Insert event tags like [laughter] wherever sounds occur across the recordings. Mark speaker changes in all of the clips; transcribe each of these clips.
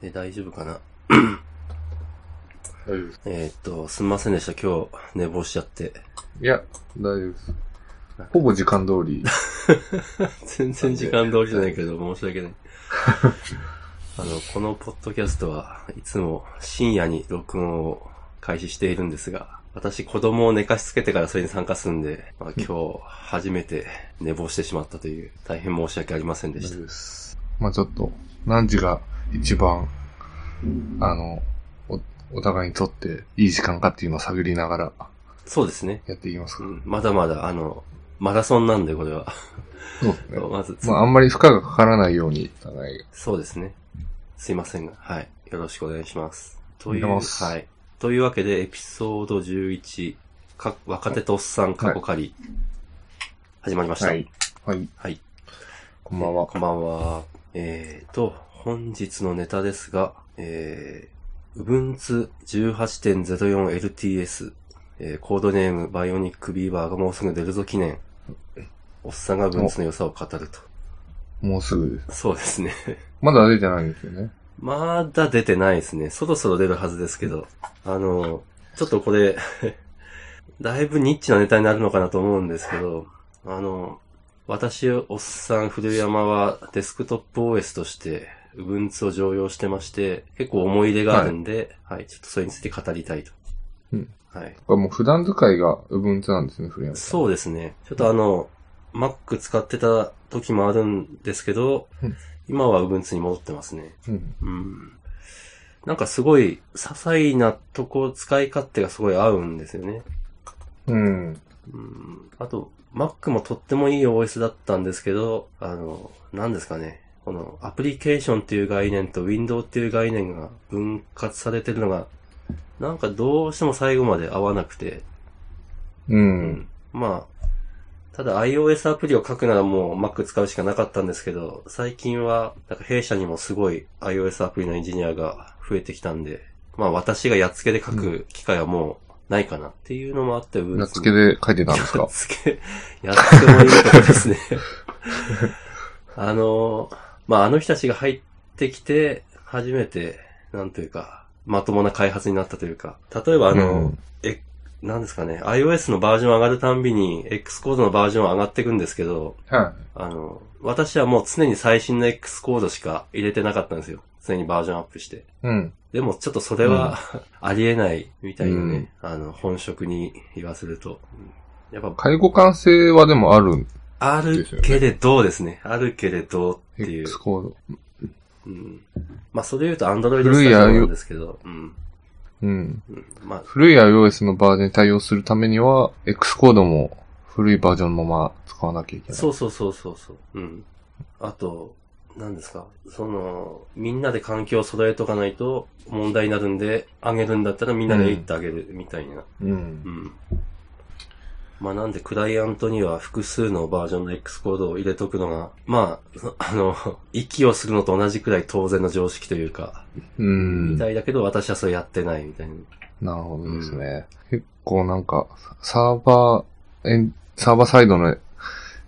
Speaker 1: で、大丈夫かな。
Speaker 2: 大丈夫です。
Speaker 1: えーっと、すみませんでした。今日、寝坊しちゃって。 [laughs]
Speaker 2: いや、大丈夫です。ほぼ時間通り。
Speaker 1: 全然時間通りじゃないけど、申し訳ない。 [laughs] あの、このポッドキャストはいつも深夜に録音を開始しているんですが、私子供を寝かしつけてからそれに参加するんで、まあ、今日初めて寝坊してしまったという、大変申し訳ありませんで
Speaker 2: 大
Speaker 1: した
Speaker 2: 丈夫。です。まあちょっと、何時が一番、あの、お、お互いにとっていい時間かっていうのを探りながら
Speaker 1: そうですね。
Speaker 2: やっていきます
Speaker 1: う
Speaker 2: か。
Speaker 1: ん、まだまだ、あの、マラソンなんで、これは。
Speaker 2: そうですね。
Speaker 1: まず、
Speaker 2: まああんまり負荷がかからないように、お互いが
Speaker 1: そうですね。すいませんが、はい。よろしくお願いします。とい
Speaker 2: お願
Speaker 1: う、
Speaker 2: いします
Speaker 1: はい。というわけで、エピソード11、か若手とおっさん過去仮、始まりました。
Speaker 2: は
Speaker 1: はい
Speaker 2: い。。はい。
Speaker 1: はい。
Speaker 2: こんばんは。
Speaker 1: こんばんは。えーと、本日のネタですが、えー、Ubuntu 18.04LTS、えー、コードネームバイオニックビーバーがもうすぐ出るぞ記念。おっさんが Ubuntu の良さを語ると。
Speaker 2: もうすぐです。
Speaker 1: そうですね。
Speaker 2: まだ出てないんですよね。
Speaker 1: まだ出てないですね。そろそろ出るはずですけど。あの、ちょっとこれ、 [laughs] だいぶニッチなネタになるのかなと思うんですけど、あの、私、おっさん、古山はデスクトップ OS として、Ubuntu を常用してまして、結構思い入れがあるんで、はい、ちょっとそれについて語りたいと。
Speaker 2: うん。
Speaker 1: はい。
Speaker 2: これもう普段使いが Ubuntu なんですね、古山さん。
Speaker 1: そうですね。ちょっとあの、Mac 使ってた時もあるんですけど
Speaker 2: うん、
Speaker 1: 今は Ubuntu に戻ってますね。
Speaker 2: うん。
Speaker 1: うんなんかすごい、些細なとこ、使い勝手がすごい合うんですよね。
Speaker 2: うん。
Speaker 1: うん、あと、Mac もとってもいい OS だったんですけど、あの、何ですかね。このアプリケーションっていう概念と Window っていう概念が分割されてるのが、なんかどうしても最後まで合わなくて、
Speaker 2: うん。
Speaker 1: まあ、ただ iOS アプリを書くならもう Mac 使うしかなかったんですけど、最近は、なんか弊社にもすごい iOS アプリのエンジニアが増えてきたんで、まあ私がやっつけで書く機会はもうないかなっていうのもあって、分
Speaker 2: やっつけで書いてたんです
Speaker 1: や
Speaker 2: [laughs] か
Speaker 1: っつけ、やっつけもいいとこです
Speaker 2: [laughs]
Speaker 1: ね。あの、まああの人たちが入ってきて、初めて、なんというか、まともな開発になったというか、例えばあの、
Speaker 2: うん
Speaker 1: なんですかね、iOS のバージョン上がるたんびに、X コードのバージョン上がっていくんですけど、
Speaker 2: は
Speaker 1: あの、私はもう常に最新の X コードしか入れてなかったんですよ。常にバージョンアップして。
Speaker 2: い。うん。
Speaker 1: でもちょっとそれは、 [laughs] ありえないみたいでね、あの、本職に言わせると。うんやっぱ、
Speaker 2: 介護感性はでもある
Speaker 1: あるけれどですね。あるけれどっていう
Speaker 2: X。コード。
Speaker 1: うん、まあ、それ言うと Android スタジオなんですけど、うん。
Speaker 2: うん。
Speaker 1: うんまあ、
Speaker 2: 古い iOS のバージョンに対応するためには、X コードも古いバージョンのまま使わなきゃいけない。
Speaker 1: そうそうそうそうそう。うん。あと、何ですかその、みんなで環境を揃えとかないと問題になるんで、あげるんだったらみんなで言ってあげるみたいな。
Speaker 2: う。
Speaker 1: うんん。まあなんで、クライアントには複数のバージョンの X コードを入れとくのが、まあそ、あの、息をするのと同じくらい当然の常識というか、
Speaker 2: うん。
Speaker 1: み
Speaker 2: な
Speaker 1: たいだけど私はそれやってないみたいな。 [laughs]
Speaker 2: るほどですね。結構なんか、サーバー、エンサーバーサイドの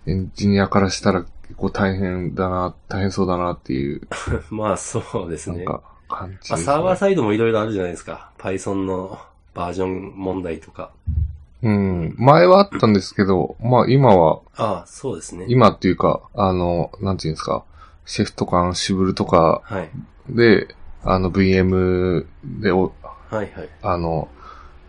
Speaker 2: エンジニアからしたら結構大変だな、大変そうだなっていう、
Speaker 1: まあそうです
Speaker 2: な
Speaker 1: ね。
Speaker 2: んか、感じです、
Speaker 1: まあ、
Speaker 2: ね。
Speaker 1: サーバーサイドもいろいろあるじゃないですか。Python のバージョン問題とか。
Speaker 2: うん。前はあったんですけど、まあ今は
Speaker 1: ああ、そうですね。
Speaker 2: 今っていうか、あの、なんていうんですか、シェフとかアンシブルとか
Speaker 1: はい。
Speaker 2: で、あの VM でお、
Speaker 1: はいはい。
Speaker 2: あの、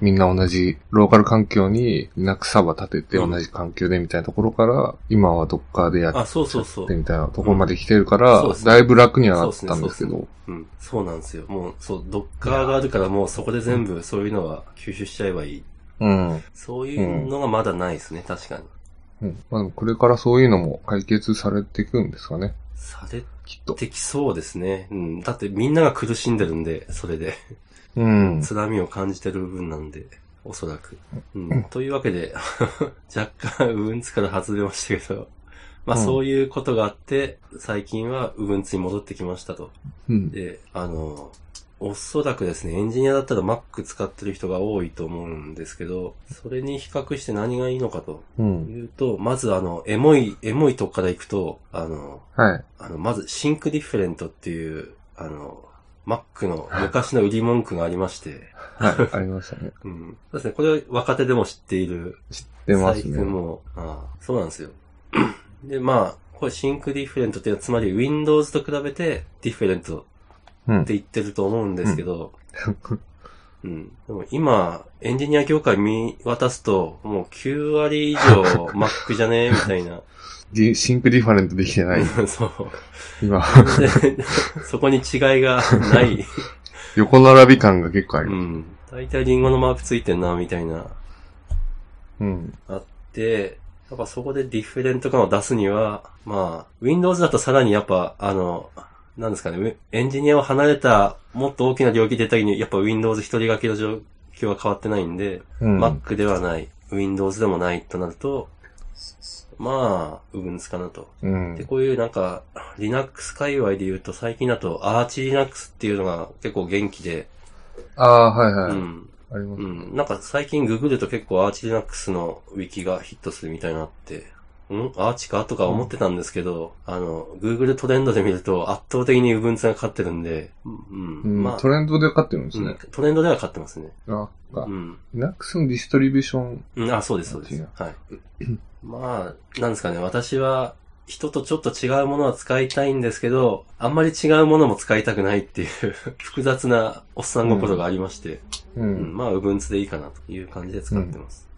Speaker 2: みんな同じ、ローカル環境に Linux サーバー立てて
Speaker 1: うん
Speaker 2: 同じ環境でみたいなところから、今はどっかでやっ
Speaker 1: あ、そうそうそう
Speaker 2: て。みたいなところまで来てるから、
Speaker 1: そうですね
Speaker 2: だいぶ楽にはなったんです
Speaker 1: そ
Speaker 2: けど、
Speaker 1: うん。そうなんですよ。もう、そう、ドッカーがあるからもうそこで全部そういうのは吸収しちゃえばいい。
Speaker 2: うん。
Speaker 1: そういうのがまだないですね、確かに。
Speaker 2: うん。まあでもこれからそういうのも解決されていくんですかね、
Speaker 1: され
Speaker 2: きっと。
Speaker 1: てきそうですね。うん。だってみんなが苦しんでるんで、それで。
Speaker 2: うん。
Speaker 1: つらみを感じてる部分なんで、おそらく。うん。というわけで、 [laughs] 若干、ウブンツから外れましたけど、まあ
Speaker 2: うん
Speaker 1: そういうことがあって、最近はウブンツに戻ってきましたと。
Speaker 2: うん。
Speaker 1: で、あの、おそらくですね、エンジニアだったら Mac 使ってる人が多いと思うんですけど、それに比較して何がいいのかと
Speaker 2: うん。
Speaker 1: いうと、まずあの、エモい、エモいとこから行くと、あの、
Speaker 2: はい。
Speaker 1: あの、まず、シンクディフェレントっていう、あの、 Mac の昔の売り文句がありまして、 [laughs]
Speaker 2: はい、ありましたね。
Speaker 1: うん。そうですね。これは若手でも知っている
Speaker 2: 出ま
Speaker 1: 最
Speaker 2: す
Speaker 1: 近
Speaker 2: ね。
Speaker 1: もう、ああそうなんですよ。 [clears throat] で、まあ、これシンクディフェレントっていうのは、つまり Windows と比べてディフェレント
Speaker 2: う
Speaker 1: っ
Speaker 2: ん [laughs]
Speaker 1: て。言ってると思うんですけど、うん。でも今、エンジニア業界見渡すと、もう9割以上 Mac じゃねえみたいな。
Speaker 2: ディシンクディファレントできてない。
Speaker 1: [laughs] そう。
Speaker 2: 今、 [laughs]
Speaker 1: でそこに違いがない。
Speaker 2: 横並び感が結構あり
Speaker 1: う
Speaker 2: ます。
Speaker 1: ん。大体リンゴのマークついてんな、みたいな。
Speaker 2: うん。
Speaker 1: で、やっぱそこでディフェレント感を出すには、まあ、Windows だとさらにやっぱ、あの、なんですかね、ウェエンジニアを離れたもっと大きな領域で出た時に、やっぱ Windows 一人掛けの状況は変わってないんで、
Speaker 2: うん。
Speaker 1: Mac ではない、Windows でもないとなると、まあ、Ubuntu かなと。
Speaker 2: うん
Speaker 1: で、。こういうなんか、Linux 界隈で言うと最近だと ArchLinux っていうのが結構元気で、
Speaker 2: ああ、はいは
Speaker 1: う
Speaker 2: い。
Speaker 1: ん。
Speaker 2: あります
Speaker 1: う。ん。なんか最近ググると結構アーチリナックスのウィキがヒットするみたいになって、んアーチかとか思ってたんですけど、あの、Google トレンドで見ると圧倒的に Ubuntu が勝ってるんで、うん。
Speaker 2: うん
Speaker 1: まあ、
Speaker 2: トレンドで買ってるんです
Speaker 1: うん
Speaker 2: ね。
Speaker 1: トレンドでは勝ってますね。
Speaker 2: あ、
Speaker 1: う
Speaker 2: か。
Speaker 1: ん。
Speaker 2: Linux のディストリビューション。
Speaker 1: うん、あ、そうです、そうで
Speaker 2: 違
Speaker 1: す
Speaker 2: う。
Speaker 1: はい。まあ、なんですかね、私は、人とちょっと違うものは使いたいんですけど、あんまり違うものも使いたくないっていう [laughs] 複雑なおっさん心がありまして、
Speaker 2: う
Speaker 1: うん
Speaker 2: ん。
Speaker 1: まあ、Ubuntu でいいかなという感じで使ってます。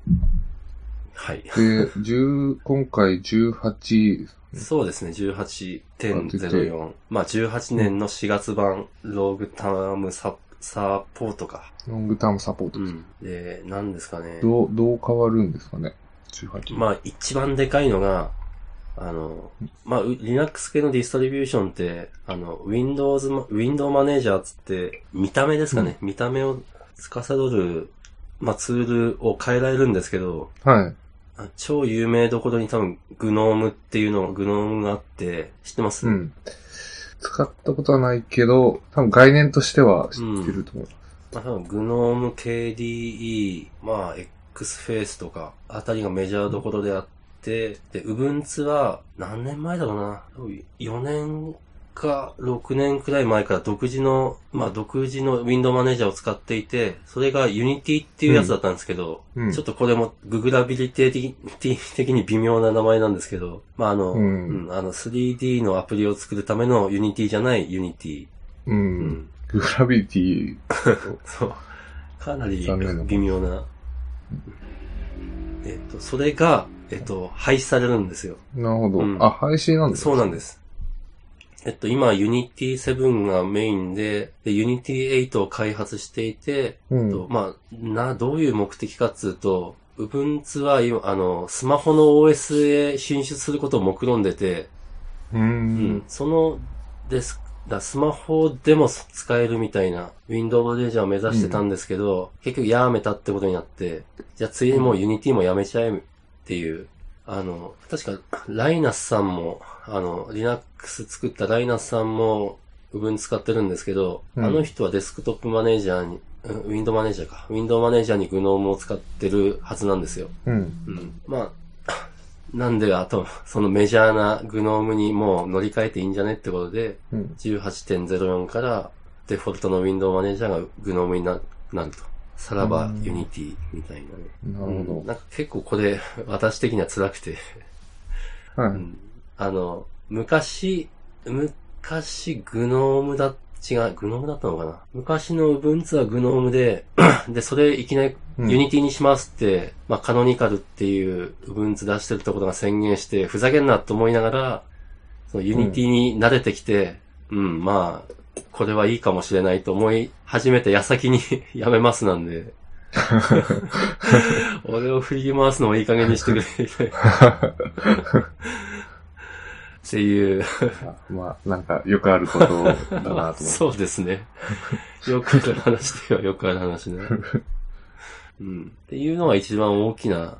Speaker 1: はい。
Speaker 2: で、10、今回18、
Speaker 1: そうですね、18.04。まあ、18年の4月版、ローグタームササポートか。
Speaker 2: ロングタームサポート
Speaker 1: う。ん。で、なんですかね。
Speaker 2: どう、どう変わるんですかね ?18。
Speaker 1: まあ、一番でかいのが、あの、まあ、う Linux 系のディストリビューションって、あの、Windows ま、Window マネージャーつって、見た目ですかね。見た目を司る、まあ、ツールを変えられるんですけど、
Speaker 2: はい。
Speaker 1: あ超有名どころに多分、グノームっていうの、グノームがあって、知ってます、
Speaker 2: うん。使ったことはないけど、多分概念としては知ってると思う。
Speaker 1: まあ多分、グノーム KDE、まあ、Xface とか、あたりがメジャーどころであって、で、Ubuntu は何年前だろうな。多分4年か6年くらい前から独自の、まあ、独自のウィンドウマネージャーを使っていて、それが Unity っていうやつだったんですけど、
Speaker 2: うん
Speaker 1: ちょっとこれもググラビリティ的に的に微妙な名前なんですけど、まあ、あの、
Speaker 2: う
Speaker 1: う
Speaker 2: ん
Speaker 1: ん、あの、3D のアプリを作るための Unity じゃない Unity。
Speaker 2: う。。
Speaker 1: うん
Speaker 2: グラビティ、
Speaker 1: そう。かなり
Speaker 2: 残念な
Speaker 1: 微妙な。えっと、それが、えっと、廃止されるんですよ。
Speaker 2: なるほど。
Speaker 1: うん
Speaker 2: あ、配信なんです。
Speaker 1: そうなんですす。えっと、今、Unity 7がメインで、で、Unity 8を開発していて、
Speaker 2: う
Speaker 1: えっ
Speaker 2: ん。
Speaker 1: とまあ、な、どういう目的かっつうと、Ubuntu は今、あの、スマホの OS へ進出することを目論んでて、
Speaker 2: う
Speaker 1: うん
Speaker 2: ん。、
Speaker 1: そのデスク、だスマホでも使えるみたいな、Windows マネージャーを目指してたんですけど、結局やめたってことになって、じゃあ次にもう Unity もやめちゃえっていう、あの、確か、ライナスさんも、あの、Linux 作ったライナスさんも、部分使ってるんですけど、
Speaker 2: うん
Speaker 1: あの人はデスクトップマネージャーに、うんウィンドウマネージャーか。ウィンドウマネージャーに GNOME を使ってるはずなんですよ。
Speaker 2: うん。
Speaker 1: うんまあ、 [laughs] なんであと、そのメジャーなグノームにもう乗り換えていいんじゃねってことで、
Speaker 2: うん。
Speaker 1: 18.04からデフォルトのウィンドウマネージャーがグノームにななると。さらば
Speaker 2: うん
Speaker 1: ユニティみたいなね。
Speaker 2: なる
Speaker 1: う
Speaker 2: ほ
Speaker 1: んなんか結構これ、私的には辛くて。
Speaker 2: ど。は
Speaker 1: う
Speaker 2: い。
Speaker 1: んあの、昔、昔、グノームだ、違う、グノームだったのかな昔の Ubuntu はグノームで、 [clears throat] で、それいきなり
Speaker 2: うん
Speaker 1: ユ
Speaker 2: [laughs]
Speaker 1: ニティにしますって、まあ、カノニカルっていう部分図出してるところが宣言して、ふざけんなと思いながら、そのユニティに慣れてきて、うん、まあ、これはいいかもしれないと思い始めて矢先に [laughs] やめますなん
Speaker 2: [laughs]
Speaker 1: で、 [laughs] 俺を振り回すのもいい加減にしてくれ、みたいなっていう、
Speaker 2: まあ、なんか、よくあることだなと
Speaker 1: ま [laughs]
Speaker 2: 思
Speaker 1: あ
Speaker 2: って。
Speaker 1: そうですね。よくある話ではよくある話 [laughs] ね。うん。っていうのが一番大きな、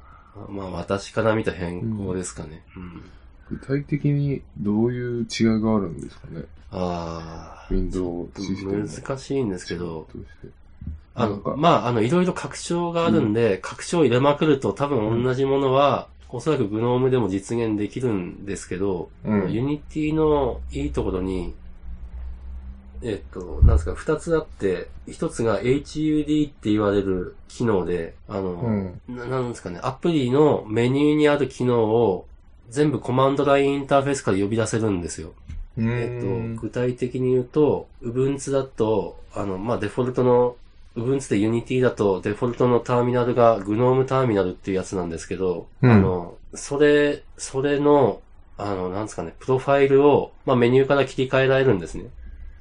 Speaker 1: まあ私から見た変更ですかね。うん
Speaker 2: 具体的にどういう違いがあるんですかね
Speaker 1: ああ、
Speaker 2: ?Windows システム。
Speaker 1: 難しいんですけど、
Speaker 2: として
Speaker 1: あ
Speaker 2: なん
Speaker 1: の
Speaker 2: か、
Speaker 1: まあ、あの、いろいろ拡張があるんで、拡張入れまくると多分同じものは、おそらくグノームでも実現できるんですけど、
Speaker 2: うん。
Speaker 1: ユニティのいいところに、えっと、なんですか、二つあって、一つが HUD って言われる機能で、あの、
Speaker 2: うん。
Speaker 1: ななんですかね、アプリのメニューにある機能を全部コマンドラインインターフェースから呼び出せるんですよ。
Speaker 2: う
Speaker 1: えっ
Speaker 2: ー
Speaker 1: と、
Speaker 2: ん。
Speaker 1: 具体的に言うと、Ubuntu だと、あの、まあ、デフォルトの、Ubuntu で Unity だと、デフォルトのターミナルが GNOME ターミナルっていうやつなんですけど、
Speaker 2: うん
Speaker 1: あの、それ、それの、あの、なんですかね、プロファイルを、まあ、メニューから切り替えられるんですね。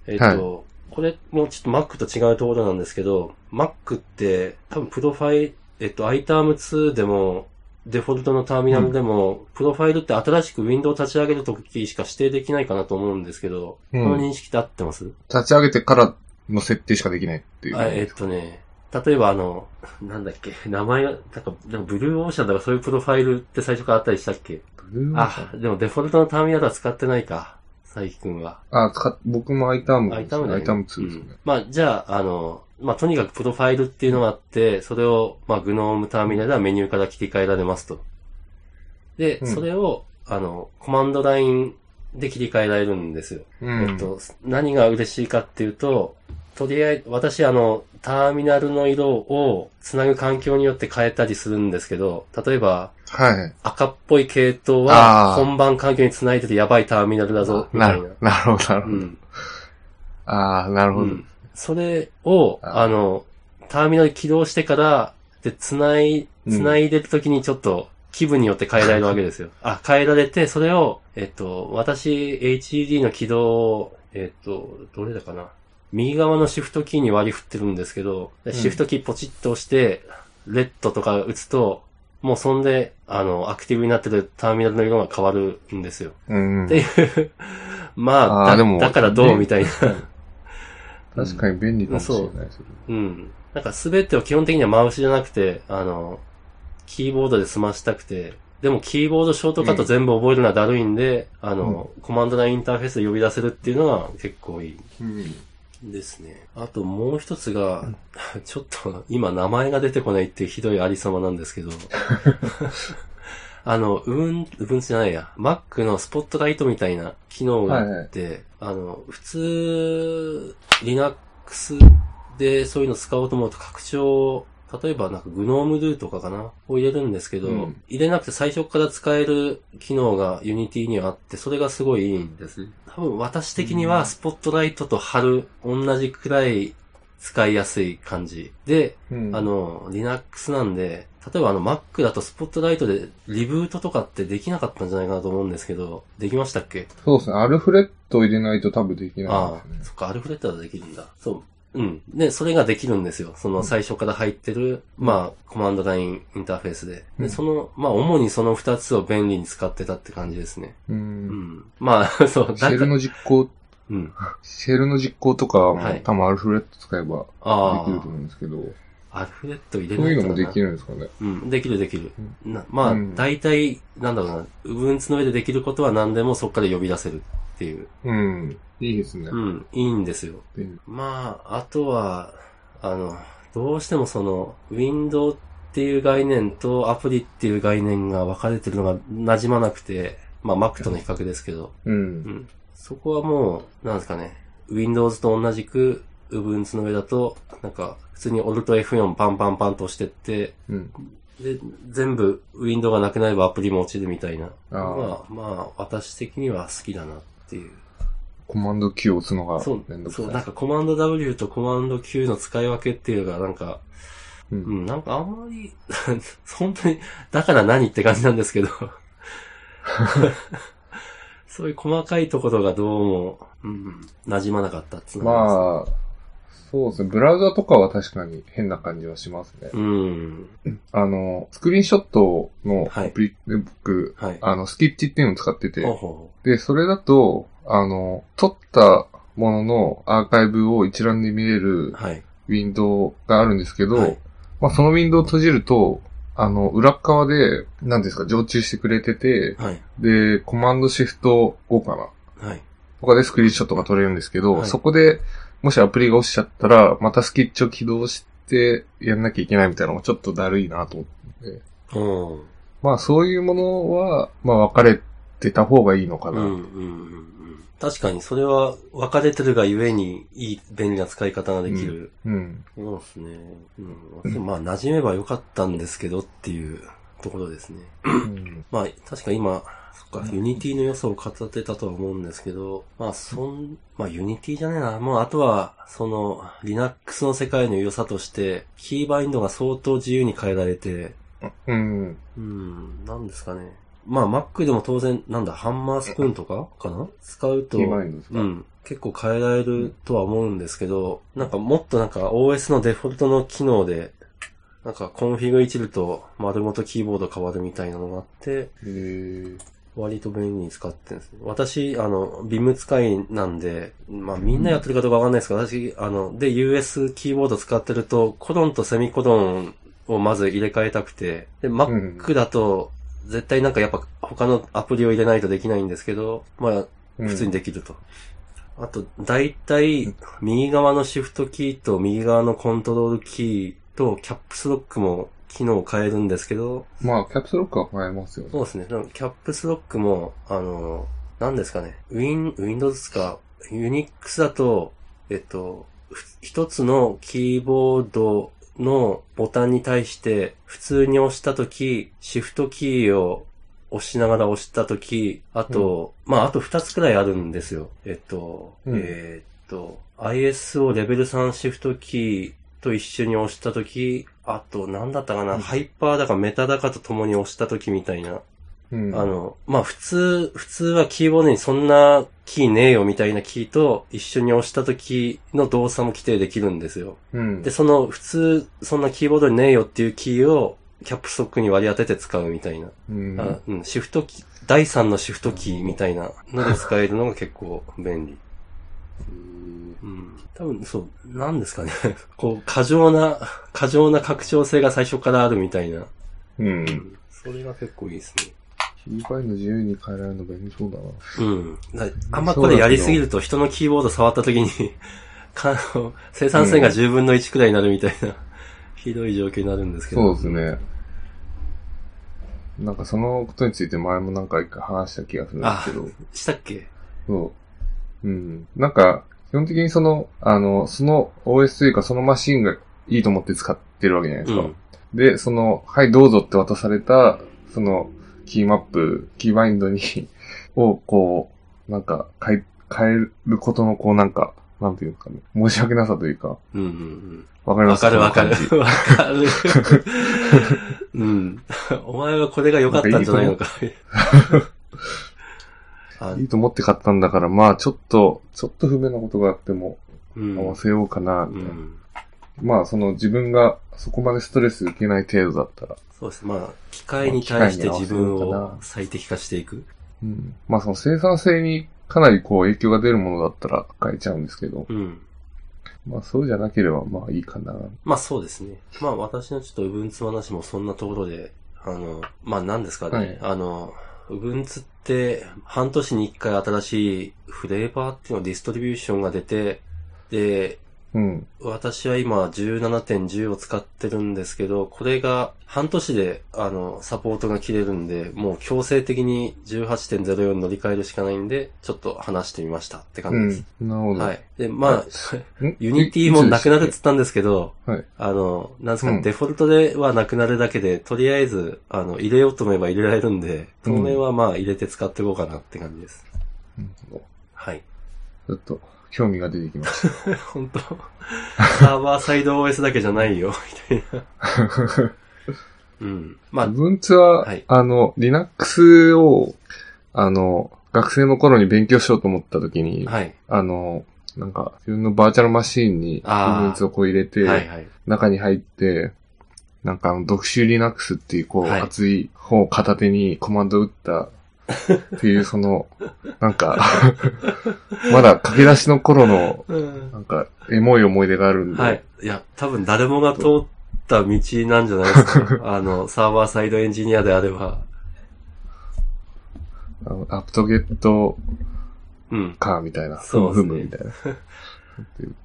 Speaker 1: えっ、と、
Speaker 2: はい
Speaker 1: これもちょっと Mac と違うところなんですけど、Mac って多分プロファイル、えっと、iTerm2 でも、デフォルトのターミナルでも、プロファイルって新しくウィンドウを立ち上げるときしか指定できないかなと思うんですけど、
Speaker 2: うん
Speaker 1: この認識って合ってます
Speaker 2: 立ち上げてからの設定しかできないっていう。
Speaker 1: あえっとね、例えばあの、なんだっけ、名前が、なんか、なんかブルーオーシャンとかそういうプロファイルって最初からあったりしたっけ
Speaker 2: ブルーオーシャン
Speaker 1: あ、でもデフォルトのターミナルは使ってないか、佐伯くんは。
Speaker 2: あ、使っ僕も iTerm
Speaker 1: ア
Speaker 2: で
Speaker 1: イ
Speaker 2: す
Speaker 1: タムだ
Speaker 2: ね。iTerm2 ですね。
Speaker 1: うんまあ、じゃあ、あの、まあ、とにかくプロファイルっていうのがあって、それを、まあ、グノームターミナルではメニューから切り替えられますと。で、
Speaker 2: うん
Speaker 1: それを、あの、コマンドラインで切り替えられるんですよ。
Speaker 2: うん。
Speaker 1: えっと、何が嬉しいかっていうと、とりあえず、私、あの、ターミナルの色をつなぐ環境によって変えたりするんですけど、例えば、
Speaker 2: はい。
Speaker 1: 赤っぽい系統は
Speaker 2: あー
Speaker 1: 本番環境につないでてやばいターミナルだぞ、みた
Speaker 2: ない
Speaker 1: な
Speaker 2: る。なるほど、なる
Speaker 1: う
Speaker 2: ほど。
Speaker 1: ん。
Speaker 2: ああ、なるほ
Speaker 1: う
Speaker 2: ど。
Speaker 1: ん。それを、
Speaker 2: あ
Speaker 1: あの、ターミナル起動してから、で、つない、
Speaker 2: うん
Speaker 1: つないでるときにちょっと気分によって変えられるわけですよ。あ、変えられて、それを、えっと、私、HED の起動を、えっと、どれだかな。右側のシフトキーに割り振ってるんですけど、で
Speaker 2: うん
Speaker 1: シフトキーポチッと押して、レッドとか打つと、もうそんで、あの、アクティブになってるターミナルの色が変わるんですよ。
Speaker 2: うん。
Speaker 1: で [laughs] まあ、
Speaker 2: あー
Speaker 1: だ
Speaker 2: でも
Speaker 1: だからどうみたいな。
Speaker 2: 確かに便利かもしれない。それ
Speaker 1: うん。なんかすべてを基本的にはマウスじゃなくて、あの、キーボードで済ましたくて、でもキーボードショートカット全部覚えるのはだるいんで、あの、コマンドラインインターフェースで呼び出せるっていうのは結構いい
Speaker 2: うん。
Speaker 1: ですね。あともう一つが、 [laughs] ちょっと今名前が出てこないっていうひどいありさまなんです
Speaker 2: [laughs]
Speaker 1: けど、あの、うん、うんじゃないや、Mac のスポットライトみたいな機能があって、あの、普通、Linux でそういうの使おうと思うと拡張、例えばなんか GNOME Do とかかなを入れるんですけど、
Speaker 2: うん
Speaker 1: 入れなくて最初から使える機能が Unity にはあって、それがすごいいいんですね。多分私的に
Speaker 2: う
Speaker 1: は
Speaker 2: ん
Speaker 1: スポットライトと貼る同じくらい使いやすい感じ。で、
Speaker 2: うん
Speaker 1: あ、の、Linux なんで、例えばあの Mac だとスポットライトでリブートとかってできなかったんじゃないかなと思うんですけど、できましたっけ
Speaker 2: そうですね。アルフレッドを入れないと多分できない
Speaker 1: あ
Speaker 2: で
Speaker 1: あ、
Speaker 2: すね。
Speaker 1: そっか、アルフレッドはできるんだ。そう。うん。で、それができるんですよ。その最初から入ってる、まあ、コマンドラインインターフェースで。
Speaker 2: う
Speaker 1: で、
Speaker 2: ん
Speaker 1: その、まあ、主にその二つを便利に使ってたって感じですね。
Speaker 2: う。
Speaker 1: うんん。まあ、そう、
Speaker 2: シェル
Speaker 1: ら、
Speaker 2: の実行、
Speaker 1: うん。
Speaker 2: シェルの実行とかも
Speaker 1: はい
Speaker 2: 多分アルフレッド使えば
Speaker 1: あ
Speaker 2: できると思うんですけど、
Speaker 1: あ、アルフレッド入れ
Speaker 2: そ
Speaker 1: な
Speaker 2: う
Speaker 1: い
Speaker 2: いう
Speaker 1: と
Speaker 2: のも
Speaker 1: な
Speaker 2: できるんですかね。
Speaker 1: うん、できるできる。なまあ、
Speaker 2: うん
Speaker 1: 大体、なんだろうな、部分つの上でできることは何でもそこから呼び出せるっていう。
Speaker 2: うん。いいですね。
Speaker 1: うん、いいんですよ。
Speaker 2: 便利
Speaker 1: まあ、あとは、あの、どうしてもその、ウィンドウっていう概念とアプリっていう概念が分かれてるのが馴染まなくて、まあ Mac との比較ですけど、
Speaker 2: う。
Speaker 1: うんん。そこはもう、なんですかね、Windows と同じく、Ubuntu の上だと、なんか、普通に Alt F4 パンパンパンと押してって、
Speaker 2: うん。
Speaker 1: で、全部、ウィンドウがなくなればアプリも落ちるみたいな。
Speaker 2: あー
Speaker 1: まあ、まあ、私的には好きだなっていう。
Speaker 2: コマンド Q を押すのが
Speaker 1: そう
Speaker 2: めんど、
Speaker 1: そう、
Speaker 2: く
Speaker 1: な
Speaker 2: さ
Speaker 1: ん
Speaker 2: い。
Speaker 1: かコマンド W とコマンド Q の使い分けっていうのがなんか、
Speaker 2: う。
Speaker 1: うんん、なんかあんまり、 [laughs] 本当に、だから何って感じなん
Speaker 2: [laughs]
Speaker 1: ですけど。そういう細かいところがどうも、うん、馴染まなかったっつうのがります
Speaker 2: まあ、そうですね。ブラウザとかは確かに変な感じはしますね。
Speaker 1: うん、
Speaker 2: あの、スクリーンショットの
Speaker 1: はい
Speaker 2: アプリで僕、
Speaker 1: はい。
Speaker 2: あの、スキッチっていうのを使ってて、
Speaker 1: ほうほ
Speaker 2: で、それだと、あの、撮ったもののアーカイブを一覧で見れ
Speaker 1: う
Speaker 2: る
Speaker 1: はい。
Speaker 2: ウィンドウがあるんですけど、
Speaker 1: はい
Speaker 2: まあ、そのウィンドウを閉じると、あの、裏っ側で、何ですか、常駐してくれてて、
Speaker 1: はい。
Speaker 2: で、コマンドシフト5かな
Speaker 1: はい。
Speaker 2: とかでスクリーンショットが撮れるんですけど、
Speaker 1: はい
Speaker 2: そこで、もしアプリが落ちちゃったら、またスキッチを起動してやんなきゃいけないみたいなのもちょっとだるいなと思って。
Speaker 1: うん。
Speaker 2: まあそういうものは、まあ分かれてた方がいいのか
Speaker 1: うん
Speaker 2: な。
Speaker 1: うんうんうん。確かにそれは分かれてるがゆえにいい便利な使い方ができる。
Speaker 2: うん。
Speaker 1: そうですね。うん、まあ馴染めばよかったんですけどっていうところですね。
Speaker 2: うん。
Speaker 1: まあ、確か今、そっか、ユニティの良さを語ってたとは思うんですけど、まあ、そん、まあ、ユニティじゃねえな。もう、あとは、その、Linux の世界の良さとして、キーバインドが相当自由に変えられて、
Speaker 2: うん。
Speaker 1: うん、なんですかね。まあ、Mac でも当然、なんだ、ハンマースプーンとかかな使うと、
Speaker 2: キーマインドですか、
Speaker 1: うん。結構変えられるとは思うんですけど、なんかもっとなんか OS のデフォルトの機能で、なんかコンフィグいじると丸ごとキーボード変わるみたいなのがあって、
Speaker 2: へー
Speaker 1: 割と便利に使ってるんですね。私、あの、ビム使いなんで、まあみんなやってるかどうかわかんないですけど、私、あの、で、US キーボード使ってると、コロンとセミコロンをまず入れ替えたくて、で、
Speaker 2: ん
Speaker 1: Mac だと、絶対なんかやっぱ他のアプリを入れないとできないんですけど、まあ、
Speaker 2: うん
Speaker 1: 普通にできると。あと、大体、右側のシフトキーと右側のコントロールキーとキャップスロックも機能を変えるんですけど、
Speaker 2: まあ、キャプスロックは変えますよね。
Speaker 1: そうですね。でもキャップスロックも、あの、何ですかね。ウィン、Windows か、Unix だと、えっと、ふ一つのキーボードのボタンに対して、普通に押したとき、シフトキーを押しながら押したとき、あと、まあ、あと二つくらいあるんですよ。えっと、
Speaker 2: うん
Speaker 1: えーっと、ISO レベル3シフトキーと一緒に押したとき、あと、なんだったかな、
Speaker 2: うん
Speaker 1: ハイパーだかメタだかと共に押したときみたいな。
Speaker 2: うん。
Speaker 1: あの、まあ、普通、普通はキーボードにそんなキーねえよみたいなキーと一緒に押したときの動作も規定できるんですよ。
Speaker 2: うん。
Speaker 1: で、その普通、そんなキーボードにねえよっていうキーをキャップストックに割り当てて使うみたいな。
Speaker 2: うん。
Speaker 1: あうん、シフトキー、第3のシフトキーみたいなので使えるのが結構便利。うん。多分そう、なんですかね。 [laughs] こう、過剰な、過剰な拡張性が最初からあるみたいな。
Speaker 2: うん。キ
Speaker 1: それが結構いいですね。
Speaker 2: ーバインド自由に変えられるの便利そうだな。
Speaker 1: うん。だあんまこれやりすぎると人のキーボード触った時に、 [laughs] かあの生産性が10分の1くらいになるみたいな、 [laughs] ひどい状況になるんですけど。
Speaker 2: そうですね。なんかそのことについて前もなんか一回話した気がするんですけど。
Speaker 1: したっけ
Speaker 2: そう。うん。なんか、基本的にその、あの、その OS というかそのマシンがいいと思って使ってるわけじゃないで
Speaker 1: う
Speaker 2: すか。
Speaker 1: ん。
Speaker 2: で、その、はい、どうぞって渡された、その、キーマップ、キーバインドに、 [laughs] を、こう、なんか、変え、変えることの、こう、なんか、なんていうんですかね、申し訳なさというか、
Speaker 1: うんうんうん。
Speaker 2: わかりま
Speaker 1: わ
Speaker 2: す
Speaker 1: かるわかる
Speaker 2: その感じ。
Speaker 1: わかる。
Speaker 2: [laughs]
Speaker 1: うん。お前はこれが良かったんじゃないの
Speaker 2: [laughs]
Speaker 1: か。あ
Speaker 2: いいと思って買ったんだから、まあ、ちょっと、ちょっと不便なことがあっても、
Speaker 1: うん
Speaker 2: 合わせようかな、み
Speaker 1: う
Speaker 2: たいな。
Speaker 1: ん。
Speaker 2: まあ、その、自分が、そこまでストレス受けない程度だったら、
Speaker 1: そうです。まあ、機械に対して自分
Speaker 2: まあ機械に合わせるのか
Speaker 1: を
Speaker 2: な
Speaker 1: 最適化していく。
Speaker 2: うん。まあ、その生産性にかなりこう影響が出るものだったら変えちゃうんですけど、
Speaker 1: うん。
Speaker 2: まあ、そうじゃなければまあいいかな。
Speaker 1: まあそうですね。まあ私のちょっと Ubuntu 話もそんなところで、あの、まあ何ですかね。
Speaker 2: はい
Speaker 1: あの、Ubuntu って半年に一回新しいフレーバーっていうのディストリビューションが出て、で、
Speaker 2: うん。
Speaker 1: 私は今17.10を使ってるんですけど、これが半年であのサポートが切れるんで、もう強制的に18.04に乗り換えるしかないんで、ちょっと話してみましたって
Speaker 2: う
Speaker 1: 感
Speaker 2: ん
Speaker 1: じです。。
Speaker 2: なるほど。
Speaker 1: はい。で、まあ、
Speaker 2: ん
Speaker 1: [laughs] ユニティもなくなるって言ったんですけど、
Speaker 2: はい
Speaker 1: あの、なんですか、
Speaker 2: うん
Speaker 1: デフォルトではなくなるだけで、とりあえず、あの、入れようと思えば入れられるんで、当面はまあ入れて使っていこうかなって感じです。
Speaker 2: なるほど
Speaker 1: はい。 [laughs]
Speaker 2: ちょっと、興味が出てきまし
Speaker 1: 本 [laughs] 当サーバーサイド OS だけじゃないよ、みたいな。 [laughs]
Speaker 2: た。
Speaker 1: うん。まあ
Speaker 2: 自、分つは、
Speaker 1: はい
Speaker 2: あの、Linux を、あの、学生の頃に勉強しようと思った時に、
Speaker 1: はい。
Speaker 2: あの、なんか、自分のバーチャルマシーンに、
Speaker 1: あー
Speaker 2: Ubuntu をこう入れて、
Speaker 1: はいはい。
Speaker 2: 中に入って、なんかあの、読書 Linux っていう、こう、
Speaker 1: はい
Speaker 2: 熱い本を片手にコマンド打った、っていう、その、 [laughs] なんか、まだ駆け出しの頃の、
Speaker 1: うん
Speaker 2: なんか、エモい思い出があるんで、
Speaker 1: はい。いや、多分誰もが通った道なんじゃないです [laughs] か。あの、サーバーサイドエンジニアであれば。
Speaker 2: あのアップトゲット
Speaker 1: うん。
Speaker 2: カーみたいな、
Speaker 1: そうですね
Speaker 2: ふむみたいな。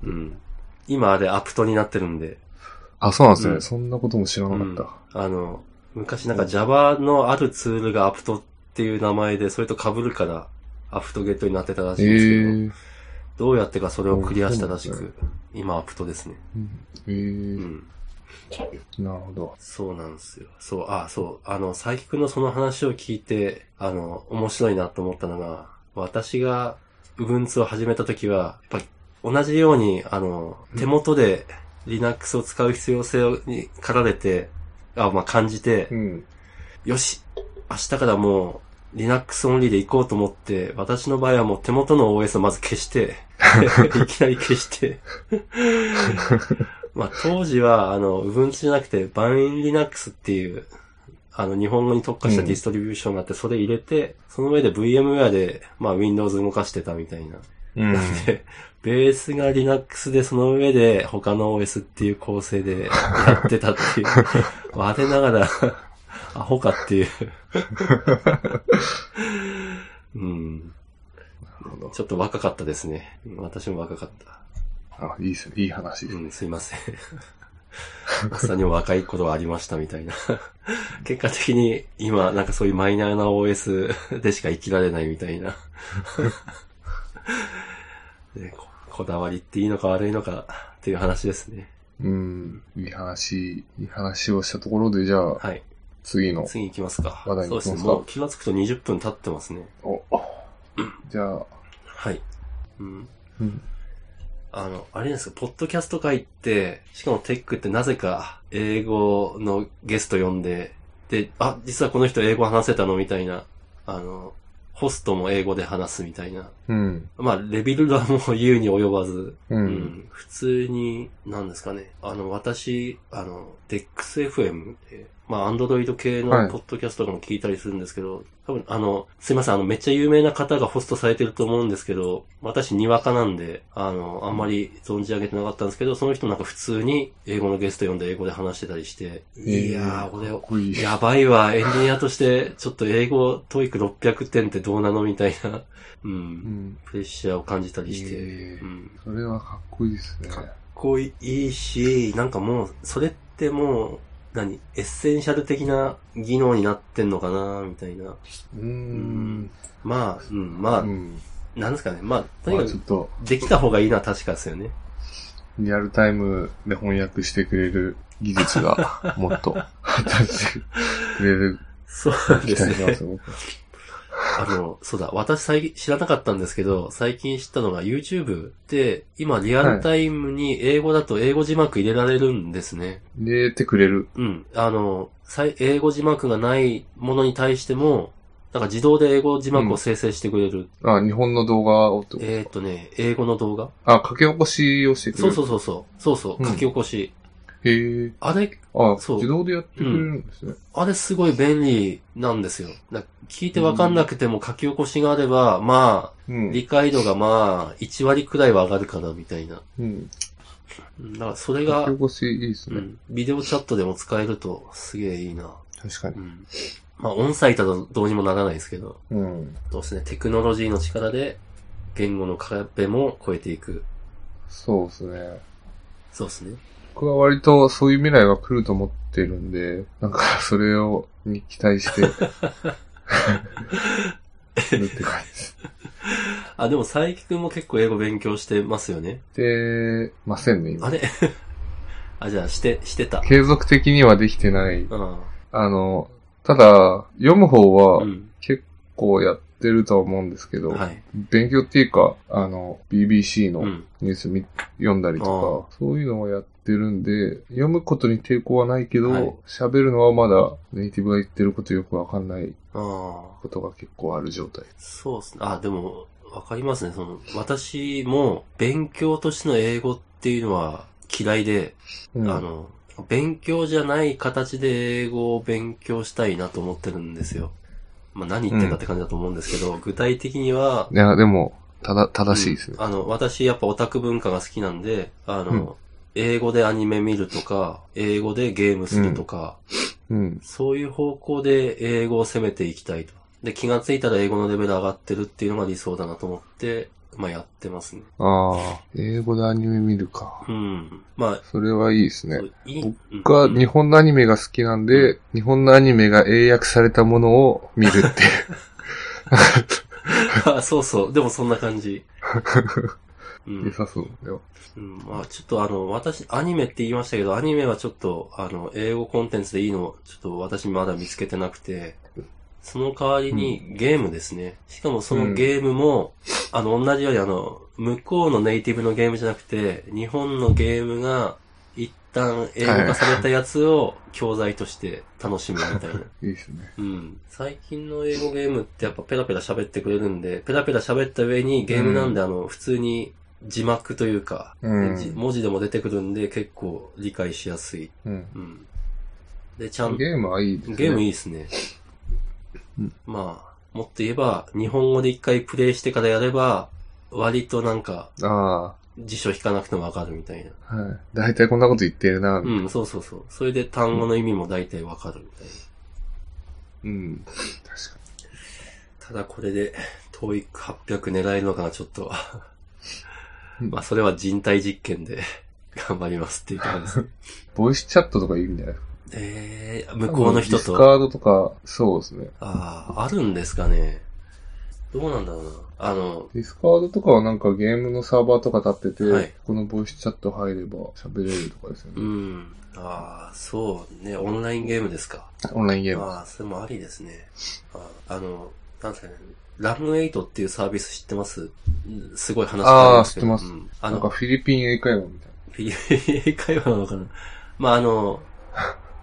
Speaker 1: うん。今あれアプトになってるんで。
Speaker 2: あ、そうなんですね、
Speaker 1: うん
Speaker 2: そんなことも知らなかった。
Speaker 1: あの、昔なんか Java のあるツールがアプトっていう名前で、それと被るから、アフトゲットになってたらしいん
Speaker 2: え
Speaker 1: ですけど、
Speaker 2: ー
Speaker 1: どうやってかそれをクリアしたらし
Speaker 2: そうな
Speaker 1: く、今アプトですね。
Speaker 2: うんえ
Speaker 1: う
Speaker 2: ー
Speaker 1: ん。
Speaker 2: なるほど。
Speaker 1: そうなんですよ。そう、あ、そう、あの、佐伯くんのその話を聞いて、あの、面白いなと思ったのが、私が、部分2を始めた時は、やっぱり、同じように、あの、手元で Linux を使う必要性に駆られて、あ、まあ、感じて、
Speaker 2: うん。
Speaker 1: よし明日からもう、Linux オンリーで行こうと思って、私の場合はもう手元の OS をまず消して、いきなり消して。まあ当時は、あの、Ubuntu じゃなくて、バンイン Linux っていう、あの、日本語に特化したディストリビューションがあって、それ入れて、その上で VMware で、まあ Windows 動かしてたみたいな。
Speaker 2: うん。
Speaker 1: で、ベースが Linux で、その上で他の OS っていう構成でやってたっていう。我ながら、アホかっていう。うん。
Speaker 2: なるほど。
Speaker 1: ちょっと若かったですね。うん私も若かった。
Speaker 2: あ、いいですね。いい話。
Speaker 1: うん、すいません。おっさんにも若い頃はありましたみたいな。結果的に今、なんかそういうマイナーな OS でしか生きられないみたいな。でここだわりっていいのか悪いのかっていう話ですね。
Speaker 2: うん。いい話、いい話をしたところで、じゃあ、
Speaker 1: はい。
Speaker 2: 次の。
Speaker 1: 次行きますか。
Speaker 2: 話題
Speaker 1: そ
Speaker 2: に
Speaker 1: うで
Speaker 2: 行きます
Speaker 1: す
Speaker 2: か
Speaker 1: ね。もう気がつくと20分経ってますね。
Speaker 2: おじゃあ、
Speaker 1: はい。うん。
Speaker 2: うん。
Speaker 1: あの、あれですか、ポッドキャスト界って、しかもテックってなぜか英語のゲスト呼んで、で、あ、実はこの人英語話せたのみたいな、あの、ホストも英語で話すみたいな。
Speaker 2: うん。
Speaker 1: まあ、レビルドはもう言うに及ばず、
Speaker 2: う。
Speaker 1: うん普通に、なんですかね、あの、私、あの、DEXFM で、まあ、アンドロイド系の
Speaker 2: はい
Speaker 1: ポッドキャストとかも聞いたりするんですけど、多分、あの、すいません、あの、めっちゃ有名な方がホストされてると思うんですけど、私、にわかなんで、あの、あんまり存じ上げてなかったんですけど、その人なんか普通に英語のゲスト呼んで英語で話してたりして、
Speaker 2: ー
Speaker 1: いやー、俺
Speaker 2: かっ、こいい。
Speaker 1: やばいわ、エンジニアとして、ちょっと英語、トイック600点ってどうなのみたいな、う、
Speaker 2: うんん。
Speaker 1: プレッシャーを感じたりして、
Speaker 2: え
Speaker 1: う
Speaker 2: ー
Speaker 1: ん。
Speaker 2: それはかっこいいですね。
Speaker 1: かっこいいし、なんかもう、それってもう、何エッセンシャル的な技能になってんのかなみたいな。
Speaker 2: うー
Speaker 1: ん
Speaker 2: ん。
Speaker 1: まあ、うん、まあ、
Speaker 2: うん。
Speaker 1: なんですかね。まあ、とに
Speaker 2: ま
Speaker 1: か
Speaker 2: あちょ
Speaker 1: く
Speaker 2: っ、と、
Speaker 1: できた方がいいのは確かですよね。
Speaker 2: リアルタイムで翻訳してくれる技
Speaker 1: [laughs]
Speaker 2: 術が、もっと、発達してくれる
Speaker 1: そう
Speaker 2: 期
Speaker 1: です
Speaker 2: 待しま
Speaker 1: ね
Speaker 2: す。。 [laughs] 僕
Speaker 1: [laughs] あの、そうだ、私最近知らなかったんですけど、最近知ったのが YouTube って、今リアルタイムに英語だと英語字幕入れられるんですね。
Speaker 2: 入れてくれる。
Speaker 1: うん。あの、さい英語字幕がないものに対しても、なんか自動で英語字幕を生成してくれる。
Speaker 2: あ、日本の動画をってこと
Speaker 1: えーっとね、英語の動画
Speaker 2: あ、書き起こしをしてくれ
Speaker 1: そう
Speaker 2: る。
Speaker 1: そうそうそう。そうそう、
Speaker 2: うん
Speaker 1: 書き起こし。
Speaker 2: う。へえ。
Speaker 1: あれ、
Speaker 2: あ、
Speaker 1: そう
Speaker 2: 自動でやってくれるんですね。
Speaker 1: あれすごい便利なんですよ。だ聞いてわかんなくても書き起こしがあれば、まあ、
Speaker 2: うん。
Speaker 1: 理解度がまあ、1割くらいは上がるかな、みたいな。
Speaker 2: うん。
Speaker 1: うんだからそれ
Speaker 2: 書
Speaker 1: が
Speaker 2: き、起こしいいです
Speaker 1: う
Speaker 2: ね。
Speaker 1: ん、ビデオチャットでも使えるとすげえいいな。
Speaker 2: 確かに
Speaker 1: う。ん。まあ、音ンサイトだとどうにもならないですけど。
Speaker 2: うん。
Speaker 1: そうですね。テクノロジーの力で、言語の壁も超えていく。
Speaker 2: そうですね。
Speaker 1: そうですね。
Speaker 2: 僕は割とそういう未来が来ると思ってるんで、なんか [laughs] それを、に期待して、るって感じです。
Speaker 1: あ、でも、佐伯くんも結構英語勉強してますよね。
Speaker 2: で、ませんね、今
Speaker 1: あ。れ [laughs] あ、じゃあ、して、してた。
Speaker 2: 継続的にはできてない。
Speaker 1: うん。
Speaker 2: あの、ただ、読む方は
Speaker 1: うん。
Speaker 2: 結構やってるとは思うんですけど、
Speaker 1: はい。
Speaker 2: 勉強っていうか、あの、BBC の
Speaker 1: うん。
Speaker 2: ニュース見読んだりとか、そういうのをやってるんで、読むことに抵抗はないけ
Speaker 1: はい
Speaker 2: ど、喋、るのはまだネイティブが言ってることよくわかんない
Speaker 1: ああ。
Speaker 2: ことが結構ある状態。
Speaker 1: そうっすね。あ、でも、わかりますね。その、私も、勉強としての英語っていうのは嫌いで、
Speaker 2: うん、
Speaker 1: あの、勉強じゃない形で英語を勉強したいなと思ってるんですよ。まあ、何言ってんだって感じだと思うんですけど、具体的には、
Speaker 2: いや、でも、ただ、正しいですね
Speaker 1: う。んあの、私やっぱオタク文化が好きなんで、あの、
Speaker 2: うん
Speaker 1: 英語でアニメ見るとか、英語でゲームするとか、
Speaker 2: うん。
Speaker 1: そういう方向で英語を攻めていきたいと。で、気がついたら英語のレベル上がってるっていうのが理想だなと思って、まあやってますね。
Speaker 2: ああ、英語でアニメ見るか。
Speaker 1: うん。まあ、
Speaker 2: それはいいですね
Speaker 1: そ。ういい
Speaker 2: 僕は
Speaker 1: うん
Speaker 2: 日本のアニメが好きなんで、日本のアニメが英訳されたものを見る [laughs] っていう。
Speaker 1: あ [laughs] そうそう。でもそんな感じ。うん
Speaker 2: 良さそうだよ。
Speaker 1: うん、まあちょっとあの、私、アニメって言いましたけど、アニメはちょっと、あの、英語コンテンツでいいの、ちょっと私まだ見つけてなくて、その代わりにゲームですね。しかもそのゲームも、あの、同じようにあの、向こうのネイティブのゲームじゃなくて、日本のゲームが、一旦英語化されたやつを教材として楽しむみたいな。
Speaker 2: いいですね。
Speaker 1: うん。最近の英語ゲームってやっぱペラペラ喋ってくれるんで、ペラペラ喋った上にゲームなんで、あの、普通に字幕というか、
Speaker 2: うん
Speaker 1: じ文字でも出てくるんで結構理解しやすい。
Speaker 2: うん。
Speaker 1: うん。で、ちゃん、ゲ
Speaker 2: ゲームはいいですね。
Speaker 1: ームいいですね
Speaker 2: うん。
Speaker 1: まあ、もっと言えば、日本語で一回プレイしてからやれば、割となんか、
Speaker 2: あ
Speaker 1: 辞書引かなくてもわかるみたいな。
Speaker 2: あ、はい。大体こんなこと言ってるな、みたいな
Speaker 1: うん、そうそうそう。それで単語の意味も大体わかるみたいな。
Speaker 2: うん。確か
Speaker 1: ただこれで、TOEIC800 狙えるのかな、ちょっ
Speaker 2: [laughs]
Speaker 1: と。
Speaker 2: うん
Speaker 1: まあ、それは人体実験で [laughs] 頑張りますっていう感
Speaker 2: [laughs]
Speaker 1: じで
Speaker 2: に。ボイスチャットとかいいんじゃないですか。
Speaker 1: す。えー、向こうの人
Speaker 2: ディス
Speaker 1: と。
Speaker 2: カードとか、そうですね。
Speaker 1: ああ、あるんですかね。どうなんだろうな。あの、
Speaker 2: ディスカードとかはなんかゲームのサーバーとか立ってて、
Speaker 1: はい
Speaker 2: このボイスチャット入れば喋れるとかですよ
Speaker 1: う
Speaker 2: ね。
Speaker 1: ん。ああ、そうね、オンラインゲームですか。
Speaker 2: オンラインゲーム。
Speaker 1: ああ、それもありですね。ああの、なんですかね。ラムエイトっていうサービス知ってますうんすごい話変わりすけど
Speaker 2: ああ知って
Speaker 1: うんあ
Speaker 2: なん
Speaker 1: の
Speaker 2: か、フィリピン英会話みたい
Speaker 1: PA 会話なのかなまあ、あの、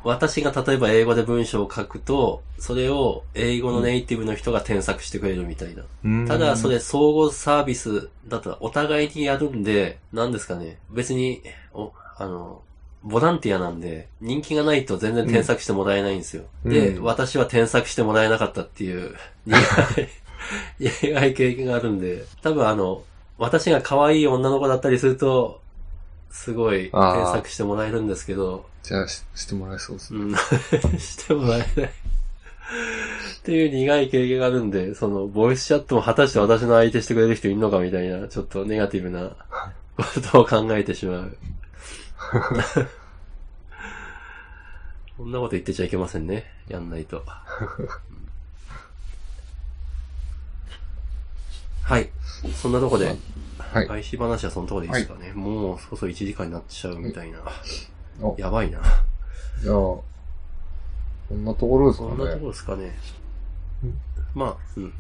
Speaker 1: 私が例えば英語で文章を書くと、それを英語のネイティブの人が添削してくれるみたいな。
Speaker 2: な。
Speaker 1: ただ、そ
Speaker 2: れ。
Speaker 1: れ総合サービスだったらお互いにやるんで、なんですかね。別に、お、あの、ボランティアなんで、人気がないと全然添削してもらえないんですよ。
Speaker 2: うん
Speaker 1: で、
Speaker 2: うん
Speaker 1: 私は添削してもらえなかったって
Speaker 2: [laughs]
Speaker 1: いう、 [laughs] 苦い、苦い経験があるんで、多分あの、私が可愛い女の子だったりすると、すごい
Speaker 2: あー
Speaker 1: 添削してもらえるんですけど、
Speaker 2: じゃあし、してもらえそうですね。
Speaker 1: うん、 [laughs] してもらえない。っていう苦い経験があるんで、その、ボイスチャットも果たして私の相手してくれる人いるのかみたいな、ちょっとネガティブなことを考えてしま [laughs] う。こんなこと言ってちゃいけませんね。やんないと。はい。そんなとこで、
Speaker 2: はい。
Speaker 1: 外資話はそのとこでいいですかね。もうそろそろ1時間になっちゃうみたいな。
Speaker 2: お
Speaker 1: やばいな。
Speaker 2: じゃあ、こんなところですか
Speaker 1: そんなとこ
Speaker 2: ね。
Speaker 1: ろですかね
Speaker 2: うん。
Speaker 1: まあ、うん。